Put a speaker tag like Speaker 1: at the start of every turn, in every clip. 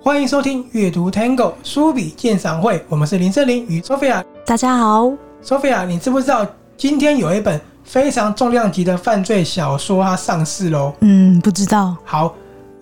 Speaker 1: 欢迎收听阅读 Tango 书笔鉴赏会，我们是林森林与 Sophia。
Speaker 2: 大家好，
Speaker 1: Sophia，你知不知道今天有一本非常重量级的犯罪小说它上市喽？
Speaker 2: 嗯，不知道，
Speaker 1: 好，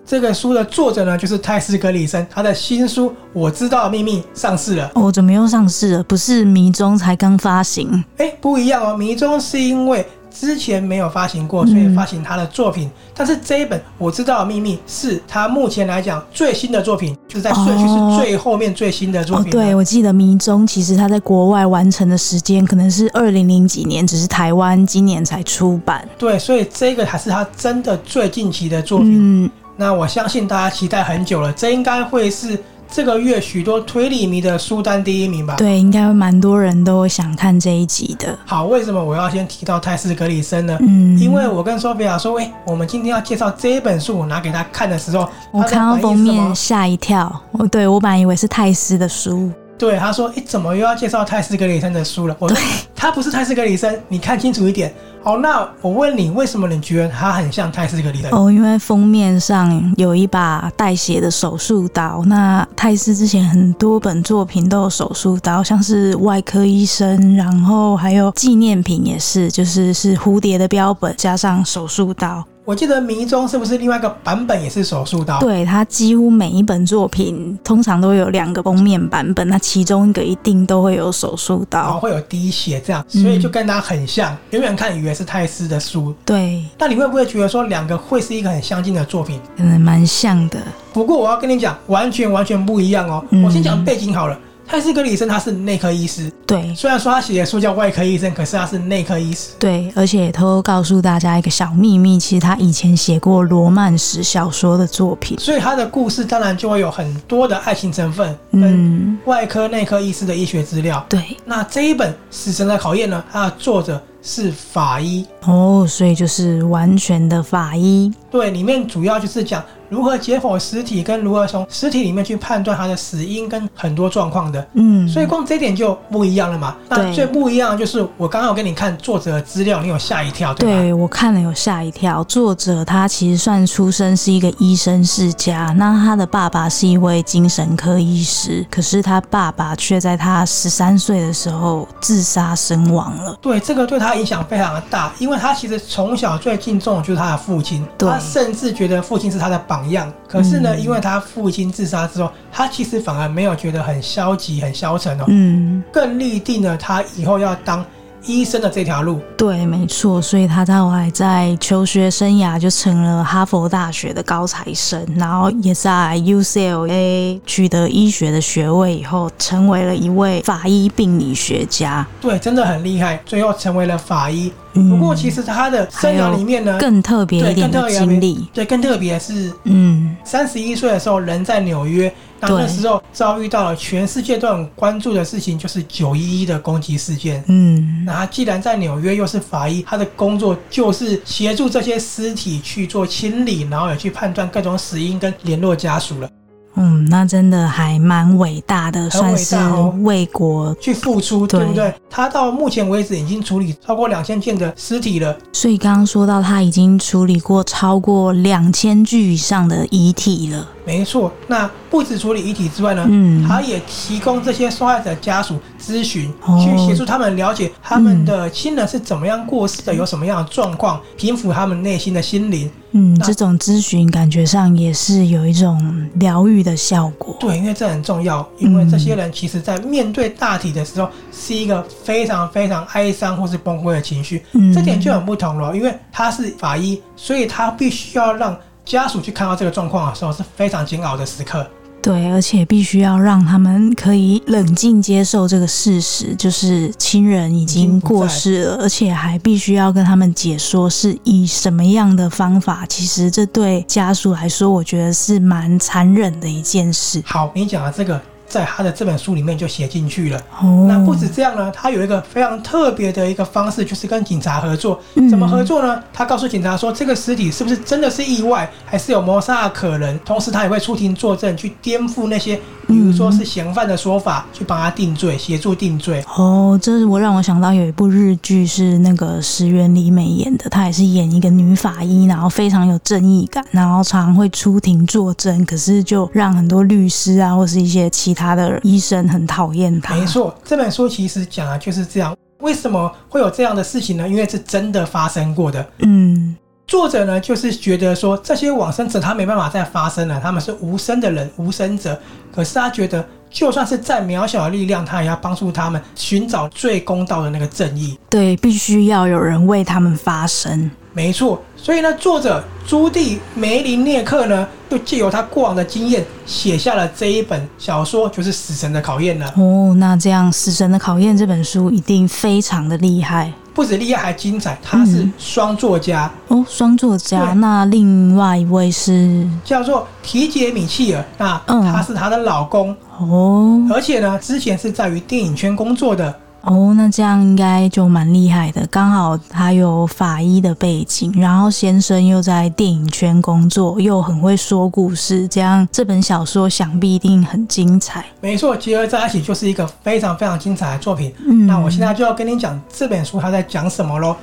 Speaker 1: 这个书的作者呢就是泰斯格里森，他的新书《我知道的秘密》上市了。
Speaker 2: 哦，怎么又上市了？不是迷踪才刚发行，
Speaker 1: 哎，不一样哦，迷踪是因为之前没有发行过，
Speaker 2: 嗯
Speaker 1: 所以发行他的作品。但是这一本《我知道的秘密》是他目前来讲最新的作品，就是在顺序是
Speaker 2: 哦
Speaker 1: 最后面最新的作
Speaker 2: 哦，
Speaker 1: 品、
Speaker 2: 对，，我记得迷踪其实它在国外完成的时间可能是二零零几年，只是台湾今年才出版。
Speaker 1: 对，所以这个还是他真的最近期的作品。
Speaker 2: 嗯，
Speaker 1: 那我相信大家期待很久了，这应该会是这个月许多推理迷的书单第一名吧？
Speaker 2: 对，应该蛮多人都想看这一集的。
Speaker 1: 好，为什么我要先提到泰斯格里森呢？
Speaker 2: 嗯，
Speaker 1: 因为我跟索菲亚说，哎、我们今天要介绍这一本书，我拿给他看的时候，
Speaker 2: 我
Speaker 1: 他在
Speaker 2: 看到
Speaker 1: 反应
Speaker 2: 封
Speaker 1: 是什么
Speaker 2: 面吓一跳，哦，对我本来以为是泰斯的书，
Speaker 1: 对，他说：“诶，怎么又要介绍泰斯格里森的书了？”我说：“他不是泰斯格里森，你看清楚一点。”好，那我问你，为什么你觉得他很像泰斯格里森？
Speaker 2: 哦，因为封面上有一把带血的手术刀。那泰斯之前很多本作品都有手术刀，像是外科医生，然后还有纪念品也是，就是是蝴蝶的标本加上手术刀。
Speaker 1: 我记得《迷踪》是不是另外一个版本也是手术刀？
Speaker 2: 对，它几乎每一本作品通常都有两个封面版本，那其中一个一定都会有手术
Speaker 1: 然后
Speaker 2: 刀。
Speaker 1: 会有滴血这样，所以就跟他很像。远远看以为是泰斯的书，
Speaker 2: 对，
Speaker 1: 但你会不会觉得说两个会是一个很相近的作品？
Speaker 2: 可能蛮像的。
Speaker 1: 不过我要跟你讲，完全完全不一样哦。
Speaker 2: 嗯
Speaker 1: 我先讲背景好了。泰斯格里森他是内科医师，
Speaker 2: 对，
Speaker 1: 虽然说他写的书叫外科医生，可是他是内科医师。
Speaker 2: 对，而且也偷偷告诉大家一个小秘密，其实他以前写过罗曼史小说的作品。
Speaker 1: 所以他的故事当然就会有很多的爱情成分，跟
Speaker 2: 嗯，
Speaker 1: 外科内科医师的医学资料。
Speaker 2: 对，
Speaker 1: 那这一本《死神的考验》呢，它的作者是法医，
Speaker 2: 哦，所以就是完全的法医。
Speaker 1: 对，里面主要就是讲如何解剖尸体，跟如何从尸体里面去判断它的死因跟很多状况的。
Speaker 2: 嗯，
Speaker 1: 所以光这一点就不一样了嘛。那
Speaker 2: 对
Speaker 1: 最不一样的就是我刚刚有给你看作者的资料，你有吓一跳，对吧？
Speaker 2: 对我看了有吓一跳。作者他其实算出身是一个医生世家，那他的爸爸是一位精神科医师，可是他爸爸却在他十三岁的时候自杀身亡了。
Speaker 1: 对，这个对他影响非常的大，因为他其实从小最敬重的就是他的父亲，
Speaker 2: 对嗯
Speaker 1: 他甚至觉得父亲是他的榜样。可是呢，因为他父亲自杀之后，他其实反而没有觉得很消极、很消沉哦，
Speaker 2: 嗯，
Speaker 1: 更立定了他以后要当医生的这条路。
Speaker 2: 对，没错，所以他在后来在求学生涯就成了哈佛大学的高材生，然后也在 UCLA 取得医学的学位以后，成为了一位法医病理学家。
Speaker 1: 对，真的很厉害，最后成为了法医。
Speaker 2: 嗯
Speaker 1: 不过其实他的生涯里面呢，
Speaker 2: 更特别一
Speaker 1: 对
Speaker 2: 点
Speaker 1: 更特
Speaker 2: 的
Speaker 1: 别
Speaker 2: 经历，
Speaker 1: 对更特别的是
Speaker 2: 嗯，
Speaker 1: 三十一岁的时候，人在纽约，那那
Speaker 2: 对
Speaker 1: 时候遭遇到了全世界都很关注的事情，就是九一一的攻击事件。
Speaker 2: 嗯，
Speaker 1: 那他既然在纽约又是法医，他的工作就是协助这些尸体去做清理，然后也去判断各种死因跟联络家属了，
Speaker 2: 嗯，那真的还蛮伟大
Speaker 1: 很伟
Speaker 2: 的，
Speaker 1: 大
Speaker 2: 算是
Speaker 1: 哦
Speaker 2: 为国。
Speaker 1: 去付出，对
Speaker 2: 对
Speaker 1: 不对？他到目前为止已经处理超过两千件的尸体了，
Speaker 2: 所以刚刚说到他已经处理过超过两千具以上的遗体了，
Speaker 1: 没错。那不止处理遗体之外呢，
Speaker 2: 嗯
Speaker 1: 他也提供这些受害者家属咨询，
Speaker 2: 哦嗯
Speaker 1: 去协助他们了解他们的亲人是怎么样过世的，有什么样的状况，平复他们内心的心灵。
Speaker 2: 嗯，
Speaker 1: 那
Speaker 2: 这种咨询感觉上也是有一种疗愈的效果。
Speaker 1: 对，因为这很重要，因为这些人其实在面对大体的时候，是一个非常非常哀伤或是崩溃的情绪，
Speaker 2: 嗯
Speaker 1: 这点就很不同了。因为他是法医，所以他必须要让家属去看到这个状况的时候是非常煎熬的时刻。
Speaker 2: 对，而且必须要让他们可以冷静接受这个事实，就是亲人已经过世了，而且还必须要跟他们解说是以什么样的方法。其实这对家属来说，我觉得是蛮残忍的一件事。
Speaker 1: 好，你讲的这个在他的这本书里面就写进去了。
Speaker 2: 哦，
Speaker 1: 那不止这样呢，他有一个非常特别的一个方式，就是跟警察合作
Speaker 2: 嗯。
Speaker 1: 怎么合作呢？他告诉警察说，这个尸体是不是真的是意外，还是有谋杀的可能？同时，他也会出庭作证，去颠覆那些，
Speaker 2: 嗯
Speaker 1: 比如说是嫌犯的说法，去帮他定罪，协助定罪。
Speaker 2: 哦，这是我让我想到有一部日剧是那个石原里美演的，她也是演一个女法医，然后非常有正义感，然后常会出庭作证，可是就让很多律师啊或是一些其他的医生很讨厌她。
Speaker 1: 没，错，这本书其实讲的就是这样。为什么会有这样的事情呢？因为是真的发生过的。
Speaker 2: 嗯，
Speaker 1: 作者呢，就是觉得说这些往生者他没办法再发生了，他们是无声的人，无声者。可是他觉得，就算是再渺小的力量，他也要帮助他们寻找最公道的那个正义。
Speaker 2: 对，必须要有人为他们发声。
Speaker 1: 没错，所以呢，作者朱蒂梅林涅克呢，就借由他过往的经验，写下了这一本小说，就是《死神的考验》了。
Speaker 2: 哦，那这样《死神的考验》这本书一定非常的厉害
Speaker 1: 不止厉害，还精彩。他是
Speaker 2: 嗯
Speaker 1: 双作家，
Speaker 2: 哦，双作家。
Speaker 1: 对
Speaker 2: 那另外一位是
Speaker 1: 叫做提杰米契尔，那
Speaker 2: 嗯
Speaker 1: 他是她的老公，
Speaker 2: 哦
Speaker 1: 而且呢，之前是在于电影圈工作的。
Speaker 2: 哦，那这样应该就蛮厉害的。刚好他有法医的背景，然后先生又在电影圈工作，又很会说故事，这样这本小说想必一定很精彩。
Speaker 1: 没错，结合在一起就是一个非常非常精彩的作品。
Speaker 2: 嗯，
Speaker 1: 那我现在就要跟你讲这本书它在讲什么喽。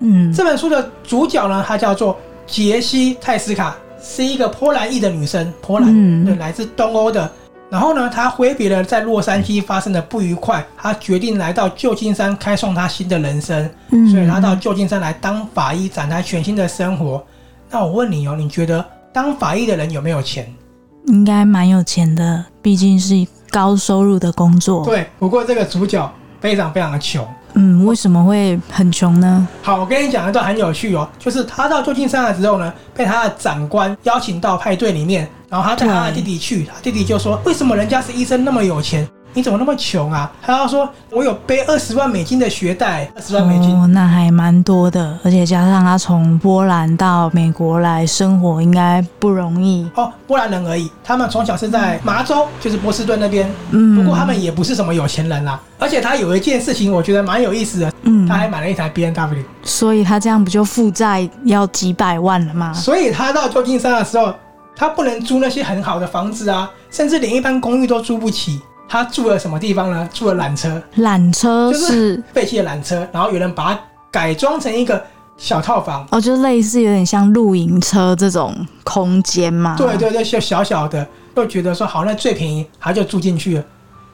Speaker 2: 嗯
Speaker 1: 这本书的主角呢，她叫做杰西·泰斯卡，是一个波兰裔的女生，波兰，
Speaker 2: 嗯
Speaker 1: 对，来自东欧的。然后呢，她挥别了在洛杉矶发生的不愉快，她决定来到旧金山开创她新的人生，
Speaker 2: 嗯
Speaker 1: 所以她到旧金山来当法医，展开全新的生活。那我问你哦，你觉得当法医的人有没有钱？
Speaker 2: 嗯应该蛮有钱的，毕竟是高收入的工作。
Speaker 1: 对，不过这个主角非常非常的穷。
Speaker 2: 嗯，为什么会很穷呢？
Speaker 1: 好，我跟你讲一段很有趣哦，就是他到旧金山了之后呢，被他的长官邀请到派对里面，然后他带他的弟弟去，他弟弟就说：“为什么人家是医生那么有钱，你怎么那么穷啊？”他要说：“我有背二十万美金的学贷，二十万美金。
Speaker 2: 哦，那还蛮多的，而且加上他从波兰到美国来生活，应该不容易。
Speaker 1: 哦，波兰人而已，他们从小是在麻州，就是波士顿那边。
Speaker 2: 嗯，
Speaker 1: 不过他们也不是什么有钱人啦、而且他有一件事情，我觉得蛮有意思的，
Speaker 2: 嗯
Speaker 1: 他还买了一台 B N W。
Speaker 2: 所以他这样不就负债要几百万了吗？
Speaker 1: 所以他到旧金山的时候，他不能租那些很好的房子啊，甚至连一般公寓都租不起。他住了什么地方呢？住了缆车，
Speaker 2: 缆车、
Speaker 1: 就是是废弃的缆车，然后有人把它改装成一个小套房。
Speaker 2: 哦，就类似有点像露营车这种空间嘛。
Speaker 1: 对，对对，就小小的，就觉得说好，那最便宜，他就住进去了。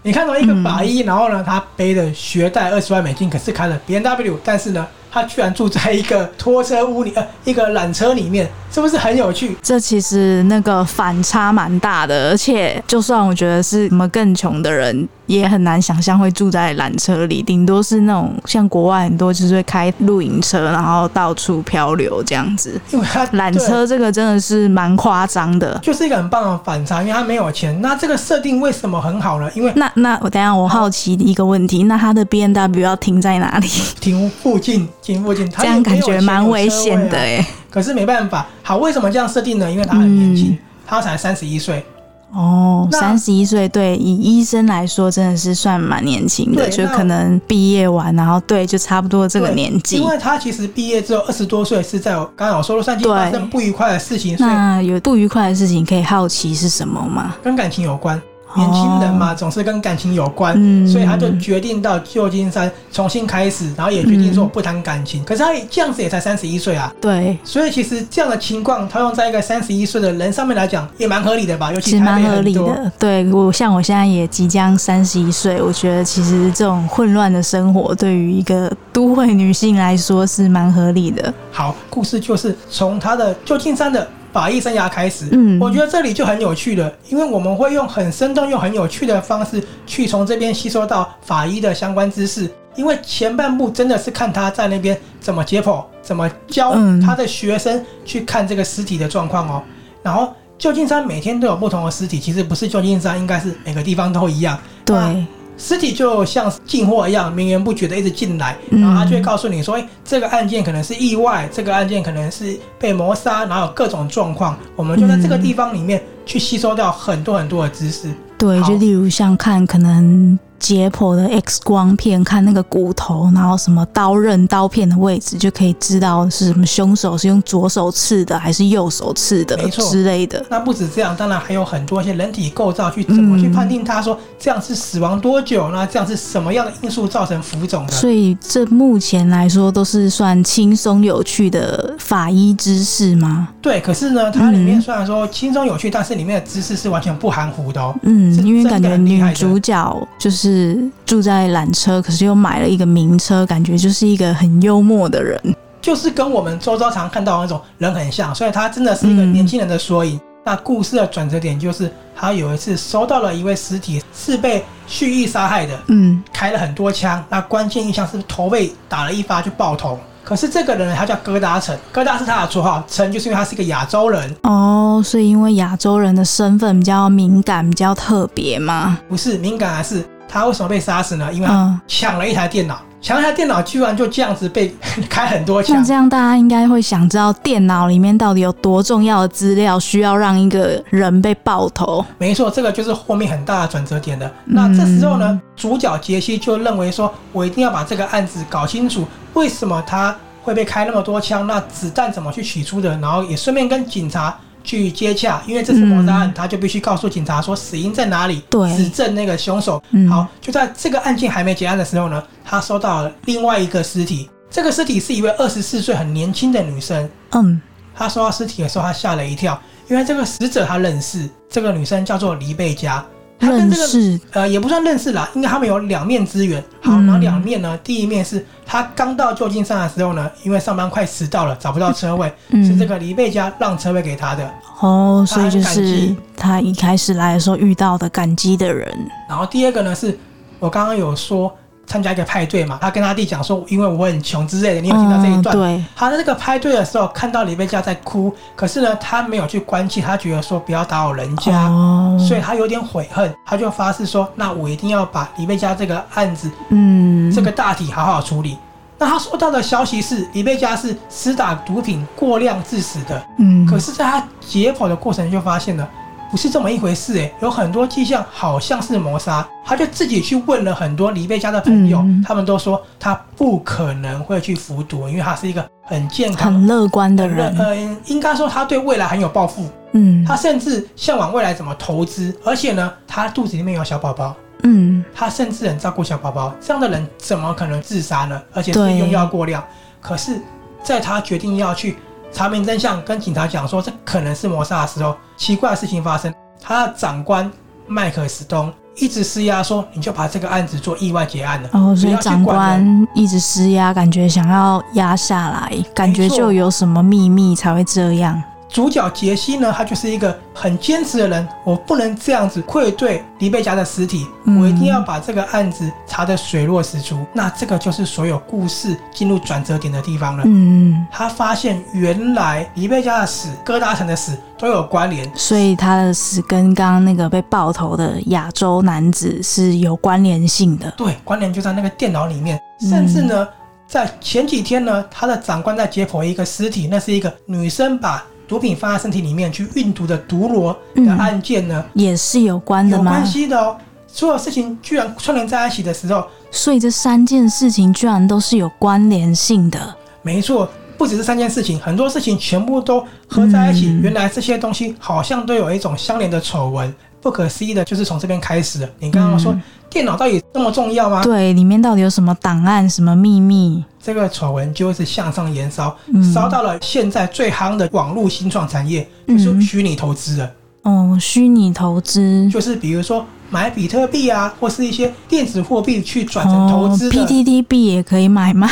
Speaker 1: 你看到一个法医，
Speaker 2: 嗯
Speaker 1: 然后呢，他背的学贷二十万美金，可是开了 B N W，但是呢，他居然住在一个拖车屋里，呃，一个缆车里面，是不是很有趣？
Speaker 2: 这其实那个反差蛮大的，而且就算我觉得是什么更穷的人，也很难想象会住在缆车里，顶多是那种像国外很多就是会开露营车，然后到处漂流这样子。
Speaker 1: 因为他
Speaker 2: 缆
Speaker 1: 对
Speaker 2: 车这个真的是蛮夸张的。
Speaker 1: 就是一个很棒的反差，因为他没有钱。那这个设定为什么很好呢？因为
Speaker 2: 那那我等一下我好奇一个问题，那他的 B N W 要停在哪里？
Speaker 1: 停附近，停附近，他
Speaker 2: 这样
Speaker 1: 也没
Speaker 2: 感
Speaker 1: 有
Speaker 2: 觉
Speaker 1: 钱
Speaker 2: 蛮危险
Speaker 1: 有
Speaker 2: 的
Speaker 1: 车位啊
Speaker 2: 哎、
Speaker 1: 可是没办法，好，为什么这样设定呢？因为他很年轻，
Speaker 2: 嗯
Speaker 1: 他才三十一岁。
Speaker 2: 哦，
Speaker 1: 那
Speaker 2: 三十一岁，对，以医生来说真的是算蛮年轻的，
Speaker 1: 对
Speaker 2: 就
Speaker 1: 那
Speaker 2: 可能毕业完，然后对，就差不多这个
Speaker 1: 对
Speaker 2: 年纪
Speaker 1: 因。为他其实毕业之后二十多岁是在我刚刚我说洛杉矶
Speaker 2: 对
Speaker 1: 发生不愉快的事情，所以
Speaker 2: 那有不愉快的事情，可以好奇是什么吗？
Speaker 1: 跟感情有关。年轻人嘛，总是跟感情有关，
Speaker 2: 嗯
Speaker 1: 所以他就决定到旧金山重新开始，然后也决定
Speaker 2: 嗯
Speaker 1: 说我不谈感情。可是他这样子也才三十一岁啊，
Speaker 2: 对，
Speaker 1: 所以其实这样的情况套用在一个三十一岁的人上面来讲，也蛮合理的吧？尤
Speaker 2: 其
Speaker 1: 其
Speaker 2: 实
Speaker 1: 台
Speaker 2: 蛮
Speaker 1: 北
Speaker 2: 合
Speaker 1: 很
Speaker 2: 理
Speaker 1: 多。
Speaker 2: 的。对我，像我现在也即将三十一岁，我觉得其实这种混乱的生活，对于一个都会女性来说是蛮合理的。
Speaker 1: 好，故事就是从他的旧金山的法医生涯开始。
Speaker 2: 嗯
Speaker 1: 我觉得这里就很有趣了，因为我们会用很生动又很有趣的方式去从这边吸收到法医的相关知识。因为前半部真的是看他在那边怎么解剖，怎么教
Speaker 2: 嗯
Speaker 1: 他的学生去看这个尸体的状况哦，然后旧金山每天都有不同的尸体，其实不是旧金山，应该是每个地方都一样。那
Speaker 2: 对，
Speaker 1: 尸体就像进货一样，源源不绝的一直进来，
Speaker 2: 嗯
Speaker 1: 然后他就会告诉你说，哎、这个案件可能是意外，这个案件可能是被谋杀，然后有各种状况，我们就在这个地方里面去吸收到很多很多的知识。
Speaker 2: 对，
Speaker 1: 好
Speaker 2: 就例如像看可能解剖的 X 光片，看那个骨头，然后什么刀刃、刀片的位置，就可以知道是什么凶手是用左手刺的还是右手刺的
Speaker 1: 没错
Speaker 2: 之类的。
Speaker 1: 那不止这样，当然还有很多一些人体构造去怎么
Speaker 2: 嗯
Speaker 1: 去判定它说这样是死亡多久，那这样是什么样的因素造成浮肿的？
Speaker 2: 所以这目前来说都是算轻松有趣的法医知识吗？
Speaker 1: 对，可是呢，它里面
Speaker 2: 嗯
Speaker 1: 虽然说轻松有趣，但是里面的知识是完全不含糊的哦。
Speaker 2: 嗯
Speaker 1: 是，
Speaker 2: 因为
Speaker 1: 真的
Speaker 2: 感觉
Speaker 1: 很厉
Speaker 2: 女
Speaker 1: 害的
Speaker 2: 主角就是住在缆车，可是又买了一个名车，感觉就是一个很幽默的人。
Speaker 1: 就是跟我们周遭常看到的那种人很像，所以他真的是一个
Speaker 2: 嗯
Speaker 1: 年轻人的缩影。那故事的转折点就是，他有一次收到了一位尸体是被蓄意杀害的，
Speaker 2: 嗯，
Speaker 1: 开了很多枪，那关键一枪是头被打了一发就爆头。可是这个人呢，他叫戈达城，戈达是他的绰号，城就是因为他是一个亚洲人，
Speaker 2: 哦，所以因为亚洲人的身份比较敏感，比较特别嘛。
Speaker 1: 不是敏感而是他为什么被杀死呢？因为他
Speaker 2: 嗯，
Speaker 1: 抢了一台电脑，抢了一台电脑居然就这样子被 开很多枪
Speaker 2: 嗯那，这样大家应该会想知道电脑里面到底有多重要的资料需要让一个人被爆头。
Speaker 1: 没错，这个就是后面很大的转折点的。
Speaker 2: 嗯
Speaker 1: 那这时候呢，主角杰西就认为说，我一定要把这个案子搞清楚，为什么他会被开那么多枪，那子弹怎么去取出的，然后也顺便跟警察去接洽，因为这是谋杀案，他就必须告诉警察说死因在哪里，
Speaker 2: 对
Speaker 1: 指证那个凶手。
Speaker 2: 嗯，
Speaker 1: 好，，就在这个案件还没结案的时候呢，他收到了另外一个尸体，这个尸体是一位二十四岁很年轻的女生，
Speaker 2: 嗯，
Speaker 1: 他收到尸体的时候，他吓了一跳，因为这个死者他认识这个女生叫做黎贝佳，他跟
Speaker 2: 认
Speaker 1: 这个
Speaker 2: 识，
Speaker 1: 呃也不算认识啦，应该他们有两面之缘。好，
Speaker 2: 嗯
Speaker 1: 然后两面呢，第一面是他刚到旧金山的时候呢，因为上班快迟到了，找不到车位，是这
Speaker 2: 嗯，
Speaker 1: 个黎贝佳让车位给他的。
Speaker 2: 哦，
Speaker 1: 他
Speaker 2: 所以
Speaker 1: 很
Speaker 2: 就
Speaker 1: 感
Speaker 2: 是
Speaker 1: 激
Speaker 2: 他一开始来的时候遇到的感激的人。
Speaker 1: 然后第二个呢，是我刚刚有说参加一个派对嘛，他跟他弟讲说，因为我很穷之类的，你有听到这一段？
Speaker 2: 嗯、对，
Speaker 1: 他在这个派对的时候看到李贝佳在哭，可是呢，他没有去关心，他觉得说不要打扰人家，
Speaker 2: 哦，
Speaker 1: 啊所以他有点悔恨，他就发誓说：“那我一定要把李贝佳这个案子、
Speaker 2: 嗯，
Speaker 1: 这个大体好好处理。”那他收到的消息是，李贝佳是施打毒品过量致死的。
Speaker 2: 嗯，
Speaker 1: 可是，在他解剖的过程就发现了，不是这么一回事、诶，有很多迹象好像是谋杀。他就自己去问了很多李贝佳的朋友，
Speaker 2: 嗯
Speaker 1: 他们都说他不可能会去服毒，因为他是一个很健康、
Speaker 2: 很乐观的人，
Speaker 1: 呃，应该说他对未来很有抱负。
Speaker 2: 嗯，
Speaker 1: 他甚至向往未来怎么投资，而且呢，他肚子里面有小宝宝，
Speaker 2: 嗯，
Speaker 1: 他甚至很照顾小宝宝，这样的人怎么可能自杀呢？而且是
Speaker 2: 对
Speaker 1: 用药过量。可是，在他决定要去查明真相，跟警察讲说这可能是谋杀的时候，奇怪的事情发生，他的长官麦克史东一直施压说，你就把这个案子做意外结案了，
Speaker 2: 哦，所
Speaker 1: 不
Speaker 2: 以
Speaker 1: 要去
Speaker 2: 长
Speaker 1: 管人
Speaker 2: 官一直施压，感觉想要压下来，感觉就有什么秘密才会这样。
Speaker 1: 主角杰西呢，他就是一个很坚持的人，我不能这样子愧对黎贝佳的尸体，
Speaker 2: 嗯
Speaker 1: 我一定要把这个案子查得水落石出。那这个就是所有故事进入转折点的地方了。
Speaker 2: 嗯，
Speaker 1: 他发现原来黎贝佳的死、戈达城的死都有关联，
Speaker 2: 所以他的死跟刚刚那个被爆头的亚洲男子是有关联性的。
Speaker 1: 对，关联就在那个电脑里面，
Speaker 2: 嗯
Speaker 1: 甚至呢，在前几天呢，他的长官在解剖一个尸体，那是一个女生把毒品放在身体里面去运毒的毒螺的
Speaker 2: 嗯
Speaker 1: 案件呢，
Speaker 2: 也是有关的
Speaker 1: 有
Speaker 2: 吗
Speaker 1: 关？系的哦。所有事情居然串联在一起的时候，
Speaker 2: 所以这三件事情居然都是有关联性的。
Speaker 1: 没错，不只是三件事情，很多事情全部都合在一起。
Speaker 2: 嗯
Speaker 1: 原来这些东西好像都有一种相连的丑闻。不可思议的就是从这边开始了。你刚刚说、
Speaker 2: 嗯
Speaker 1: 电脑到底那么重要吗？
Speaker 2: 对，里面到底有什么档案、什么秘密？
Speaker 1: 这个丑闻就一直向上延烧，
Speaker 2: 嗯
Speaker 1: 烧到了现在最夯的网络新创产业，就
Speaker 2: 嗯
Speaker 1: 是虚拟投资了。
Speaker 2: 哦，虚拟投资。
Speaker 1: 就是比如说买比特币啊，或是一些电子货币去转成投
Speaker 2: 哦
Speaker 1: 资的。
Speaker 2: ，PTTB 也可以买卖，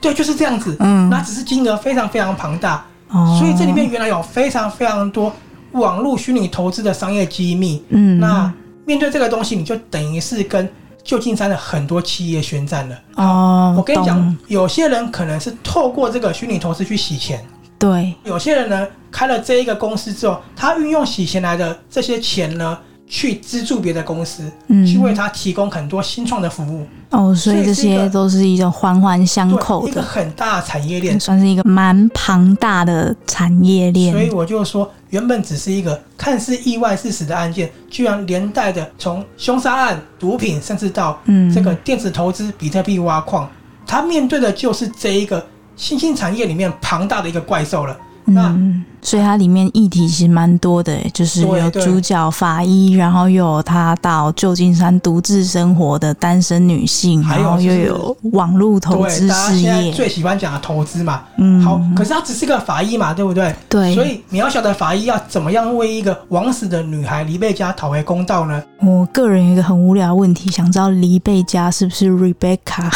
Speaker 1: 对，就是这样子。
Speaker 2: 嗯
Speaker 1: 那只是金额非常非常庞大，
Speaker 2: 哦，
Speaker 1: 所以这里面原来有非常非常多网络虚拟投资的商业机密。
Speaker 2: 嗯，
Speaker 1: 那面对这个东西，你就等于是跟旧金山的很多企业宣战了。
Speaker 2: 哦，
Speaker 1: 我跟你
Speaker 2: 懂
Speaker 1: 讲，有些人可能是透过这个虚拟投资去洗钱，
Speaker 2: 对，
Speaker 1: 有些人呢，开了这一个公司之后，他运用洗钱来的这些钱呢，去资助别的公司，
Speaker 2: 嗯，
Speaker 1: 去为他提供很多新创的服务，
Speaker 2: 哦，所
Speaker 1: 所
Speaker 2: 以这
Speaker 1: 以是一个
Speaker 2: 些都是一种环环相扣
Speaker 1: 对，一个
Speaker 2: 的，
Speaker 1: 很大的产业链。
Speaker 2: 算是一个蛮庞大的产业
Speaker 1: 所以
Speaker 2: 链。
Speaker 1: 我就说，原本只是一个看似意外致死的案件，居然连带的从凶杀案、毒品，甚至到
Speaker 2: 嗯，
Speaker 1: 这个电子投资、比特币挖矿，他面对的就是这一个新兴产业里面庞大的一个怪兽了。那
Speaker 2: 嗯，所以它里面议题其实蛮多的，就是
Speaker 1: 对
Speaker 2: 有
Speaker 1: 对
Speaker 2: 主角法医，然后又有她到旧金山独自生活的单身女性，
Speaker 1: 还有
Speaker 2: 然后
Speaker 1: 就
Speaker 2: 又
Speaker 1: 是
Speaker 2: 有网络投
Speaker 1: 对，
Speaker 2: 资
Speaker 1: 大
Speaker 2: 事
Speaker 1: 家现在
Speaker 2: 业。
Speaker 1: 最喜欢讲的投资嘛。
Speaker 2: 嗯，
Speaker 1: 好，可是他只是个法医嘛，对不对？
Speaker 2: 对，
Speaker 1: 所以渺小的法医要怎么样为一个枉死的女孩黎贝佳讨回公道呢？
Speaker 2: 我个人有一个很无聊的问题，想知道黎贝佳是不是 Rebecca？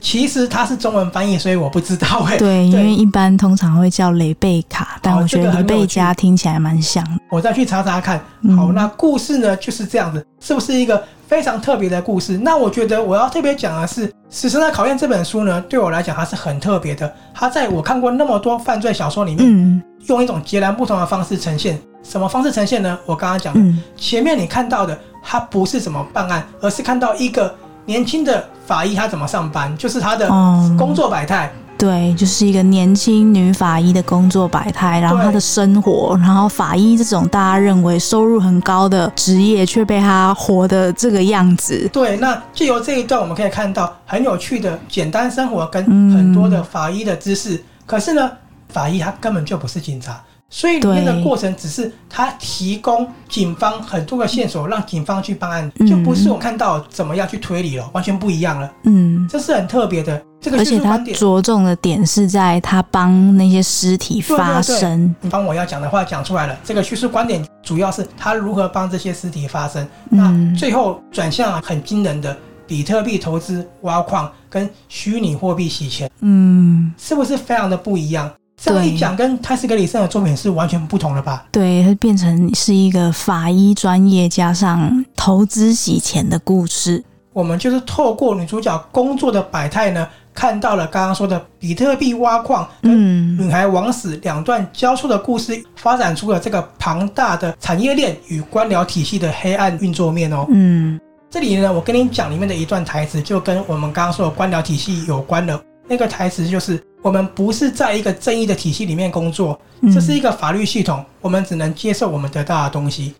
Speaker 1: 其实它是中文翻译，所以我不知道哎、
Speaker 2: 对，因为一般通常会叫雷贝卡，但
Speaker 1: 好
Speaker 2: 我
Speaker 1: 哦这
Speaker 2: 觉
Speaker 1: 个
Speaker 2: 得
Speaker 1: 很
Speaker 2: 黎
Speaker 1: 有
Speaker 2: 贝
Speaker 1: 趣
Speaker 2: 佳听起来蛮像的。
Speaker 1: 我再去查查看。
Speaker 2: 嗯
Speaker 1: 好，那故事呢就是这样子，是不是一个非常特别的故事？那我觉得我要特别讲的是，《死神的考验》这本书呢，对我来讲它是很特别的。它在我看过那么多犯罪小说里面，
Speaker 2: 嗯
Speaker 1: 用一种截然不同的方式呈现。什么方式呈现呢？我刚刚讲的，
Speaker 2: 嗯
Speaker 1: 前面你看到的，他不是怎么办案，而是看到一个年轻的法医他怎么上班，就是他的
Speaker 2: 哦，
Speaker 1: 工作百态。
Speaker 2: 对，就是一个年轻女法医的工作百态，然后
Speaker 1: 对
Speaker 2: 她的生活，然后法医这种大家认为收入很高的职业，却被她活的这个样子。
Speaker 1: 对，那借由这一段，我们可以看到很有趣的简单生活跟
Speaker 2: 嗯
Speaker 1: 很多的法医的知识。可是呢，法医他根本就不是警察，所以里面的
Speaker 2: 对
Speaker 1: 过程只是他提供警方很多个线索，让警方去办案，
Speaker 2: 嗯
Speaker 1: 就不是我看到怎么样去推理了，完全不一样了。
Speaker 2: 嗯，
Speaker 1: 这是很特别的这个
Speaker 2: 而
Speaker 1: 叙
Speaker 2: 且
Speaker 1: 述
Speaker 2: 她
Speaker 1: 观点。
Speaker 2: 着重的点是在她帮那些尸体发
Speaker 1: 对对对
Speaker 2: 声。
Speaker 1: 你帮我要讲的话讲出来了，这个叙述观点主要是他如何帮这些尸体发声。
Speaker 2: 嗯
Speaker 1: 那最后转向很惊人的比特币投资、挖矿跟虚拟货币洗钱，
Speaker 2: 嗯，
Speaker 1: 是不是非常的不一样？这么
Speaker 2: 对
Speaker 1: 一讲，跟泰斯格里森的作品是完全不同的吧？
Speaker 2: 对，她变成是一个法医专业加上投资洗钱的故事。
Speaker 1: 我们就是透过女主角工作的百态呢，看到了刚刚说的比特币挖矿跟
Speaker 2: 嗯，
Speaker 1: 女孩枉死两段交错的故事，发展出了这个庞大的产业链与官僚体系的黑暗运作面哦。
Speaker 2: 嗯，
Speaker 1: 这里呢，我跟你讲里面的一段台词，就跟我们刚刚说的官僚体系有关了。那个台词就是：我们不是在一个正义的体系里面工作，
Speaker 2: 嗯
Speaker 1: 这是一个法律系统，我们只能接受我们得到的东西，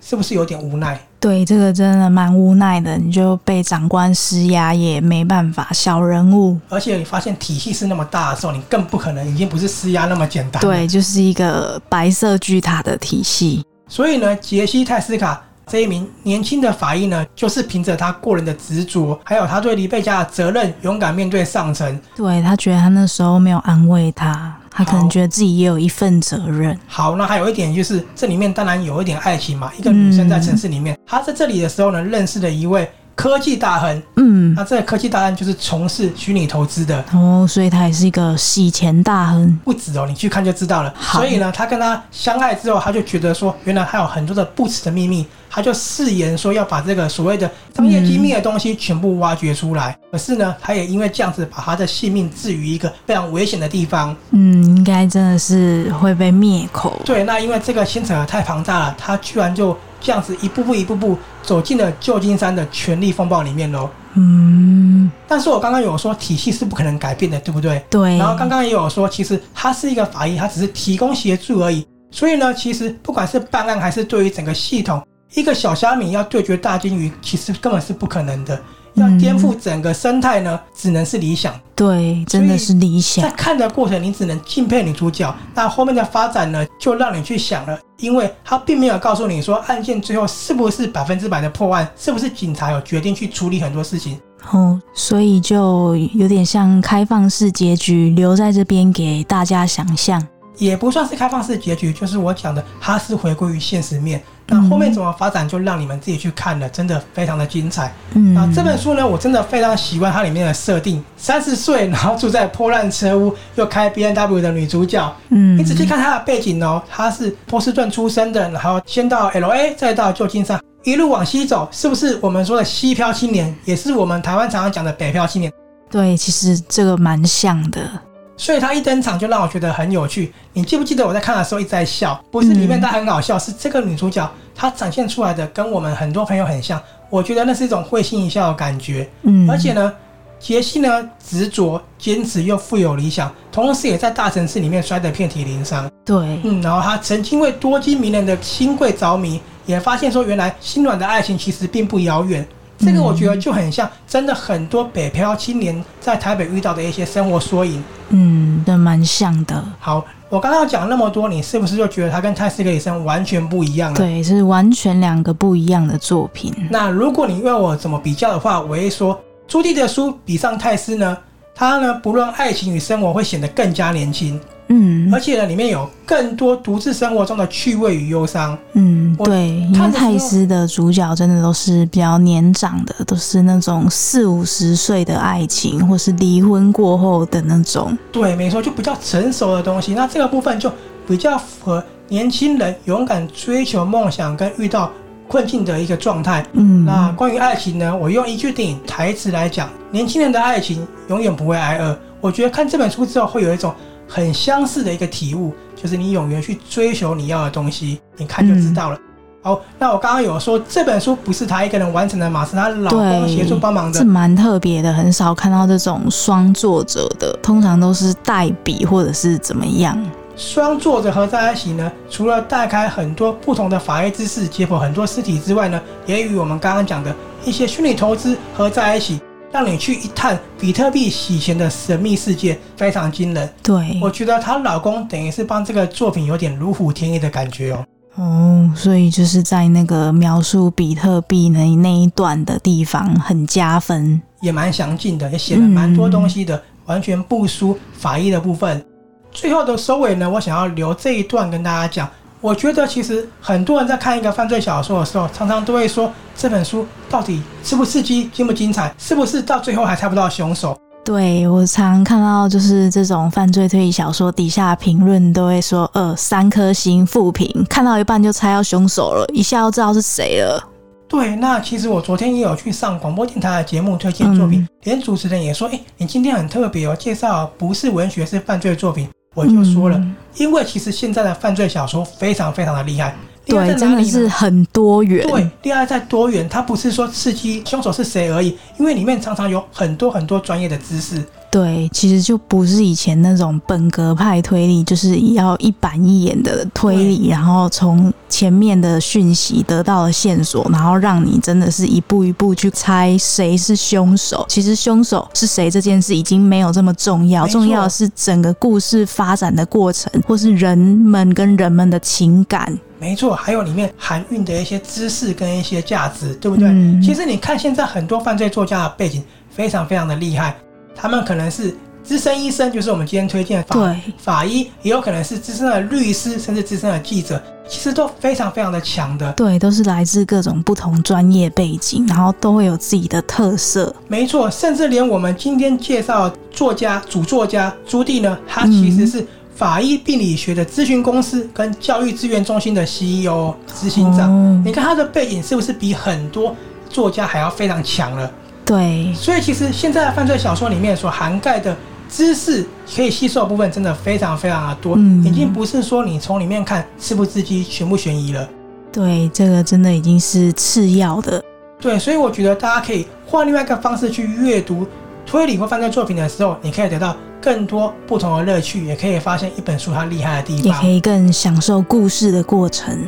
Speaker 1: 是不是有点无奈？
Speaker 2: 对这个真的蛮无奈的，你就被长官施压也没办法，小人 物。
Speaker 1: 而且你发现体系是那么大的时候，你更不可能已经不是施压那么简单。，
Speaker 2: 对，就是一个白色巨塔的体系。
Speaker 1: 所以呢，杰西·泰斯卡这一名年轻的法医呢，就是凭着他过人的执着，还有他对黎贝加的责任，勇敢面对上层，
Speaker 2: 对他觉得他那时候没有安慰他，他可能
Speaker 1: 好
Speaker 2: 觉得自己也有一份责任。
Speaker 1: 好，那还有一点就是，这里面当然有一点爱情嘛。一个女生在城市里面，她在这里的时候呢，认识了一位科技大亨。
Speaker 2: 嗯，
Speaker 1: 那这个科技大亨就是从事虚拟投资的，
Speaker 2: 然后所以他也是一个洗钱大亨。
Speaker 1: 不止哦，你去看就知道了。
Speaker 2: 好
Speaker 1: 所以呢，她跟他相爱之后，她就觉得说，原来她有很多的不耻的秘密，她就誓言说要把这个所谓的商业机密的东西全部挖掘出来。可是呢，她也因为这样子，把她的性命置于一个非常危险的地方。
Speaker 2: 嗯，应该真的是会被灭口。
Speaker 1: 对，那因为这个牵扯太庞大了，他居然就这样子一步步一步步走进了旧金山的权力风暴里面喽。
Speaker 2: 嗯，
Speaker 1: 但是我刚刚有说体系是不可能改变的，对不对？
Speaker 2: 对。
Speaker 1: 然后刚刚也有说，其实他是一个法医，他只是提供协助而已。所以呢，其实不管是办案还是对于整个系统，一个小虾米要对决大金鱼，其实根本是不可能的。要
Speaker 2: 嗯
Speaker 1: 颠覆整个生态呢，只能是理想。
Speaker 2: 对，真的是理
Speaker 1: 在
Speaker 2: 想。
Speaker 1: 看的过程，你只能敬佩女主角。那后面的发展呢，就让你去想了，因为他并没有告诉你说案件最后是不是百分之百的破案，是不是警察有决定去处理很多事情。
Speaker 2: 哦，所以就有点像开放式结局，留在这边给大家想象。
Speaker 1: 也不算是开放式结局，就是我讲的，它是回归于现实面。那后面怎么发展，就让你们自己去看了，真的非常的精彩。
Speaker 2: 嗯，
Speaker 1: 那啊这本书呢，我真的非常喜欢它里面的设定。三十岁，然后住在破烂车屋，又开 B N W 的女主角，
Speaker 2: 嗯，
Speaker 1: 你仔细看他的背景哦，他是波士顿出生的，然后先到 L A，再到旧金山，一路往西走，是不是我们说的西漂青年，也是我们台湾常常讲的北漂青年？
Speaker 2: 对，其实这个蛮像的。
Speaker 1: 所以他一登场就让我觉得很有趣。你记不记得我在看的时候一直在笑？不是里面她很搞笑，是这个女主角她展现出来的跟我们很多朋友很像。我觉得那是一种会心一笑的感觉。
Speaker 2: 嗯，
Speaker 1: 而且呢，杰西呢执着、坚持又富有理想，同时也在大城市里面摔得遍体鳞伤。
Speaker 2: 对，
Speaker 1: 嗯，然后他曾经为多金迷人的新贵着迷，也发现说原来心软的爱情其实并不遥远。这个我觉得就很像真的很多北漂青年在台北遇到的一些生活缩影。
Speaker 2: 嗯，对，蛮像的。
Speaker 1: 好，我刚刚讲那么多，你是不是就觉得他跟泰斯克医生完全不一样了？
Speaker 2: 对，是完全两个不一样的作品。
Speaker 1: 那如果你问我怎么比较的话，我会说朱棣的书比上泰斯呢，他呢不论爱情与生活会显得更加年轻，
Speaker 2: 嗯
Speaker 1: 而且呢里面有更多独自生活中的趣味与忧伤。
Speaker 2: 嗯，
Speaker 1: 我
Speaker 2: 对，因
Speaker 1: 看
Speaker 2: 为
Speaker 1: 的时候
Speaker 2: 泰斯的主角真的都是比较年长的，都是那种四五十岁的爱情，或是离婚过后的那种。
Speaker 1: 对，没错，就比较成熟的东西。那这个部分就比较符合年轻人勇敢追求梦想跟遇到困境的一个状态。
Speaker 2: 嗯，
Speaker 1: 那关于爱情呢，我用一句电影台词来讲：年轻人的爱情永远不会挨饿。我觉得看这本书之后，会有一种很相似的一个体悟，就是你勇于去追求你要的东西，你看就知道
Speaker 2: 嗯
Speaker 1: 了。好，那我刚刚有说这本书不是她一个人完成的嘛，是她老公
Speaker 2: 对
Speaker 1: 协助帮忙的
Speaker 2: 是。蛮特别的，很少看到这种双作者的，通常都是代笔或者是怎么样。
Speaker 1: 双作者合在一起呢，除了带开很多不同的法医知识，解剖很多尸体之外呢，也与我们刚刚讲的一些虚拟投资合在一起，让你去一探比特币洗钱的神秘世界，非常惊人。
Speaker 2: 对，
Speaker 1: 我觉得她老公等于是帮这个作品有点如虎添翼的感觉哦。
Speaker 2: 哦，所以就是在那个描述比特币那那一段的地方很加分。
Speaker 1: 也蛮详尽的，也写了蛮多东西的，完全不输法医的部分。最后的收尾呢，我想要留这一段跟大家讲。我觉得其实很多人在看一个犯罪小说的时候，常常都会说这本书到底刺不刺激、精不精彩，是不是到最后还猜不到凶手？
Speaker 2: 对我常看到就是这种犯罪推理小说底下评论都会说，呃，三颗星负评，看到一半就猜到凶手了，一下就知道是谁了。
Speaker 1: 对，那其实我昨天也有去上广播电台的节目推荐作品，
Speaker 2: 嗯
Speaker 1: 连主持人也说：“哎，你今天很特别哦，介绍不是文学是犯罪作品。”我就说了，
Speaker 2: 嗯
Speaker 1: 因为其实现在的犯罪小说非常非常的厉害，厉害在
Speaker 2: 对，真
Speaker 1: 哪
Speaker 2: 的
Speaker 1: 里呢
Speaker 2: 是很多元。
Speaker 1: 对，恋爱在多元，它不是说刺激凶手是谁而已，因为里面常常有很多很多专业的知识。
Speaker 2: 对，其实就不是以前那种本格派推理，就是要一板一眼的推理，然后从前面的讯息得到了线索，然后让你真的是一步一步去猜谁是凶手。其实凶手是谁这件事已经没有这么重要，
Speaker 1: 没错
Speaker 2: 重要的是整个故事发展的过程，或是人们跟人们的情感。
Speaker 1: 没错，还有里面含蕴的一些知识跟一些价值，对不对？
Speaker 2: 嗯
Speaker 1: 其实你看现在很多犯罪作家的背景非常非常的厉害，他们可能是资深医生，就是我们今天推荐的法
Speaker 2: 对
Speaker 1: 法医，也有可能是资深的律师，甚至资深的记者，其实都非常非常的强的。
Speaker 2: 对，都是来自各种不同专业背景，然后都会有自己的特色。
Speaker 1: 没错，甚至连我们今天介绍的作家、主作家朱棣呢，他
Speaker 2: 嗯
Speaker 1: 其实是法医病理学的咨询公司跟教育资源中心的 CEO 执行长。
Speaker 2: 哦
Speaker 1: 你看他的背景是不是比很多作家还要非常强了？
Speaker 2: 对，
Speaker 1: 所以其实现在的犯罪小说里面所涵盖的知识可以吸收的部分，真的非常非常的多，
Speaker 2: 嗯
Speaker 1: 已经不是说你从里面看刺不刺激、悬不悬疑了。
Speaker 2: 对，这个真的已经是次要的。
Speaker 1: 对，所以我觉得大家可以换另外一个方式去阅读推理或犯罪作品的时候，你可以得到更多不同的乐趣，也可以发现一本书它厉害的地
Speaker 2: 也可
Speaker 1: 方。
Speaker 2: 以更享受故事的过程。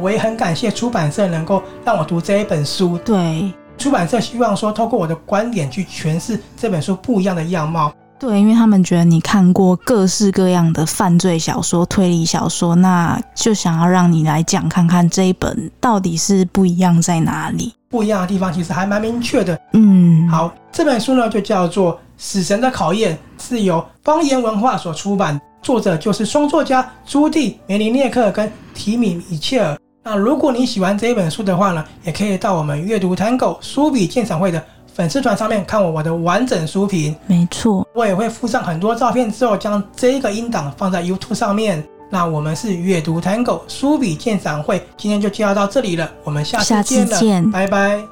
Speaker 1: 我也很感谢出版社能够让我读这一本书。
Speaker 2: 对
Speaker 1: 出版社希望说，透过我的观点去诠释这本书不一样的样貌。
Speaker 2: 对，因为他们觉得你看过各式各样的犯罪小说、推理小说，那就想要让你来讲看看这一本到底是不一样在哪里。
Speaker 1: 不一样的地方其实还蛮明确的。
Speaker 2: 嗯，，
Speaker 1: 好，这本书呢就叫做《死神的考验》，是由方言文化所出版，作者就是双作家朱棣、梅林涅克跟提米米切尔。那如果你喜欢这一本书的话呢，也可以到我们阅读 Tango 书笔鉴赏会的粉丝团上面看我我的完整书评，
Speaker 2: 没错，
Speaker 1: 我也会附上很多照片之后，将这个音档放在 YouTube 上面。那我们是阅读 Tango 书笔鉴赏会，今天就介绍到这里了，我们下次
Speaker 2: 下次
Speaker 1: 见了，
Speaker 2: 见
Speaker 1: 拜拜。